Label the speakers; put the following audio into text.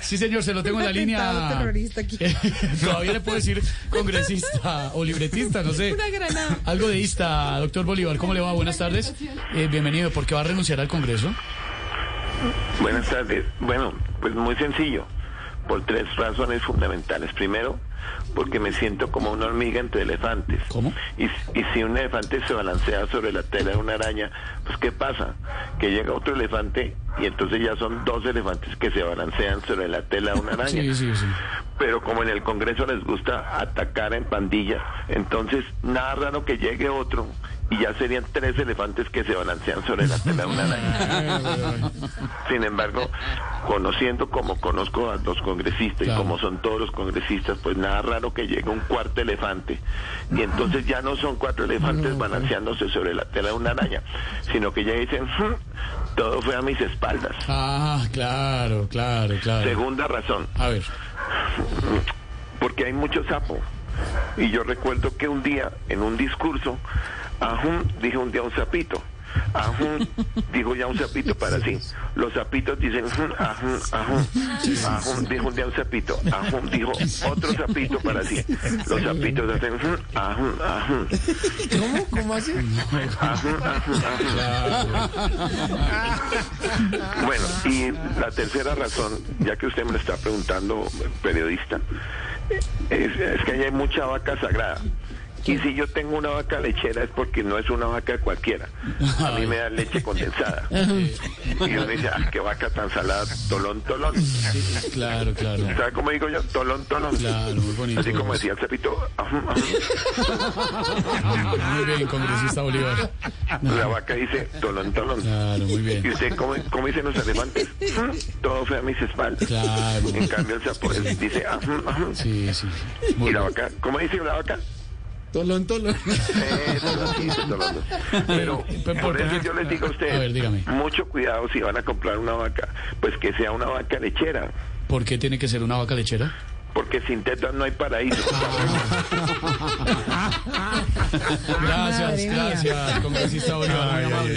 Speaker 1: Sí, señor, se lo tengo en la línea. Eh,
Speaker 2: terrorista aquí.
Speaker 1: Todavía le puedo decir congresista o libretista, no sé.
Speaker 2: Una granada.
Speaker 1: Algo de ista, doctor Bolívar. ¿Cómo le va? Buenas tardes. Eh, bienvenido. ¿Por qué va a renunciar al Congreso?
Speaker 3: Buenas tardes. Bueno, pues muy sencillo, por tres razones fundamentales. Primero, porque me siento como una hormiga entre elefantes.
Speaker 1: ¿Cómo?
Speaker 3: Y, y si un elefante se balancea sobre la tela de una araña, pues ¿qué pasa? Que llega otro elefante y entonces ya son dos elefantes que se balancean sobre la tela de una araña.
Speaker 1: Sí, sí, sí.
Speaker 3: Pero como en el Congreso les gusta atacar en pandilla, entonces nada raro que llegue otro y ya serían tres elefantes que se balancean sobre la tela de una araña. Sin embargo, conociendo como conozco a los congresistas
Speaker 1: Claro.
Speaker 3: y como son todos los congresistas, pues nada raro que llegue un cuarto elefante. Y entonces ya no son cuatro elefantes balanceándose sobre la tela de una araña, sino que ya dicen, "Hmm, todo fue a mis espaldas.
Speaker 1: Ah, claro, claro, claro.
Speaker 3: Segunda razón,
Speaker 1: A ver.
Speaker 3: porque hay mucho sapo. Y yo recuerdo que un día, en un discurso, Ajun dijo un día un sapito. Ajun dijo ya un sapito para sí. Los sapitos dicen "Jun, ajun, ajun. Ajun dijo un día un sapito. Ajun dijo otro sapito para sí. Los sapitos hacen "Jun, ajun, ajun.
Speaker 2: ¿Cómo? ¿Cómo así?
Speaker 3: Ajun, ajun, ajun.
Speaker 1: Ah,
Speaker 3: Bueno, y la tercera razón, ya que usted me lo está preguntando, periodista, es, es que ahí hay mucha vaca sagrada. Y si yo tengo una vaca lechera es porque no es una vaca cualquiera. A mí me da leche condensada. Y uno dice, ah, qué vaca tan salada, tolón, tolón.
Speaker 1: Sí, claro, claro.
Speaker 3: ¿Sabe cómo digo yo? Tolón, tolón.
Speaker 1: Claro, muy bonito.
Speaker 3: Así como decía el cepito,
Speaker 1: Muy bien, congresista Bolívar.
Speaker 3: la vaca dice, tolón, tolón.
Speaker 1: Claro, muy
Speaker 3: Y
Speaker 1: bien.
Speaker 3: usted, ¿cómo, cómo dicen los elefantes? Todo fue a mis espaldas.
Speaker 1: Claro.
Speaker 3: En cambio, el sapo es- dice, "Ajum, ajum".
Speaker 1: Sí, sí.
Speaker 3: y
Speaker 1: Muy
Speaker 3: la
Speaker 1: bien.
Speaker 3: vaca, ¿cómo dice la vaca?
Speaker 2: Tolón, tolón.
Speaker 3: Eh, tolón, sí, sí, tolón. Pero
Speaker 1: Pero,
Speaker 3: por
Speaker 1: ¿por
Speaker 3: eso
Speaker 1: qué?
Speaker 3: yo les digo a
Speaker 1: A ver,
Speaker 3: ustedes,
Speaker 1: dígame.
Speaker 3: mucho cuidado si van a comprar una vaca, pues que sea una vaca lechera,
Speaker 1: ¿Por qué tiene que ser una vaca lechera?
Speaker 3: porque sin tetas no hay paraíso.
Speaker 1: Gracias,
Speaker 2: Madre mía.
Speaker 1: gracias, congresista Bolívar. Muy amable.